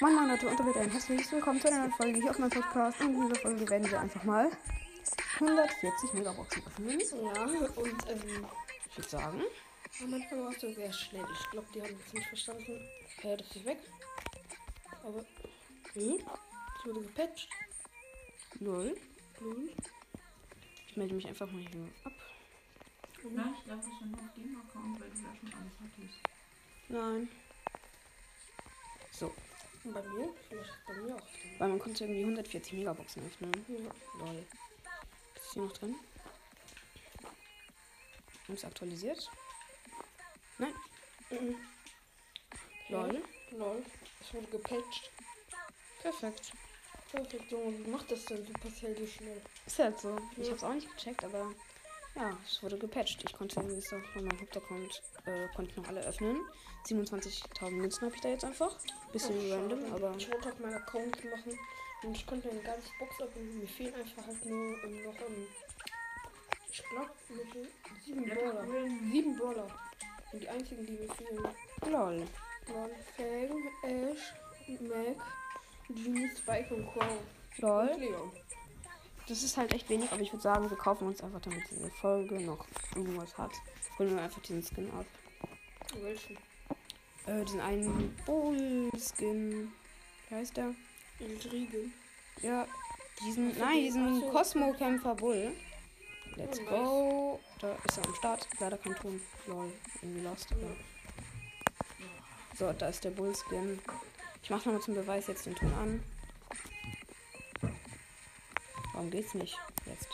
Moin Moin Leute und damit ein herzliches Willkommen zu einer neuen Folge hier auf meinem Podcast. Und in dieser Folge werden wir einfach mal 140 Megaboxen öffnen. Ja, und ähm, Ich würde sagen, am Anfang warst du sehr schnell. Ich glaube, die haben das nicht verstanden. Äh, das ist weg. Aber, hm? Ich wurde gepatcht. null. Ich melde mich einfach mal hier ab. Nein, ich glaube, ich bin nur auf dem Account, weil du da schon alles hattest. Nein. So, Und bei mir? Vielleicht ist bei mir auch drin. weil man konnte irgendwie 140 Megaboxen öffnen. Lol. Ist hier noch drin? Haben es aktualisiert? Nein. Mhm. Lol. Lol. Ich wurde gepatcht. Perfekt. Perfekt, Junge, wie macht das denn so partiell so schnell? Ist halt so. Ich Ja. hab's auch nicht gecheckt, aber ja, es wurde gepatcht. Ich konnte übrigens auch von meinem Hauptaccount, äh, konnte ich noch alle öffnen. 27.000 Münzen habe ich da jetzt einfach. Bisschen Ach, random, schade. aber Ich wollte auf meinen Account machen und ich konnte ein ganzes Box öffnen. Mir fehlen einfach halt nur ähm, noch, ähm, ich glaube, mir fehlen sieben Dollar. Sieben Brawler. Und die einzigen, die mir fehlen, lol. waren Fang, Ash, Mac, Genie, Spike und Crow. Und Lol. Leon. Das ist halt echt wenig, aber ich würde sagen, wir kaufen uns einfach, damit diese Folge noch irgendwas hat. Holen wir einfach diesen Skin ab. Welchen? Äh, diesen einen Bull-Skin. Wie heißt der? Intrigen. Ja, diesen, Also nein, die- diesen ach so. Cosmo-Kämpfer Bull. Let's Oh, nice. go. Da ist er am Start. Leider kein Ton. Lol, irgendwie lost. Ja. So, da ist der Bull-Skin. Ich mach nochmal zum Beweis jetzt den Ton an. Warum geht's nicht? Jetzt.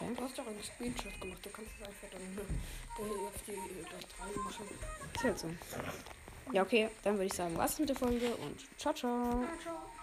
Okay. Du hast doch einen Screenshot gemacht, du kannst es einfach dann äh, auf die äh, Datei machen. Ist halt so. Ja, okay, dann würde ich sagen, was mit der Folge und ciao, ciao. ciao.